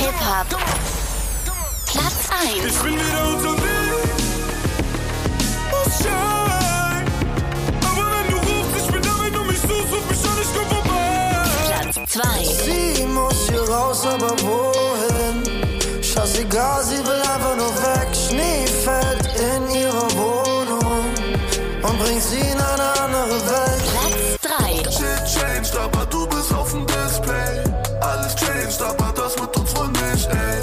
Hip-Hop. Platz 1. Ich bin wieder unterwegs. Muss schein. Aber wenn du rufst, ich bin da, wenn du mich suchst, ruf mich an, ich komm vorbei. Platz 2. Sie muss hier raus, aber wohin? Scheißegal, sie will einfach nur weg. Schnee fällt in ihre Wohnung und bringt sie in eine andere Welt. Platz 3. Shit changed, aber du bist auf dem Display. Alles changed, aber das mit uns wohl nicht, ey.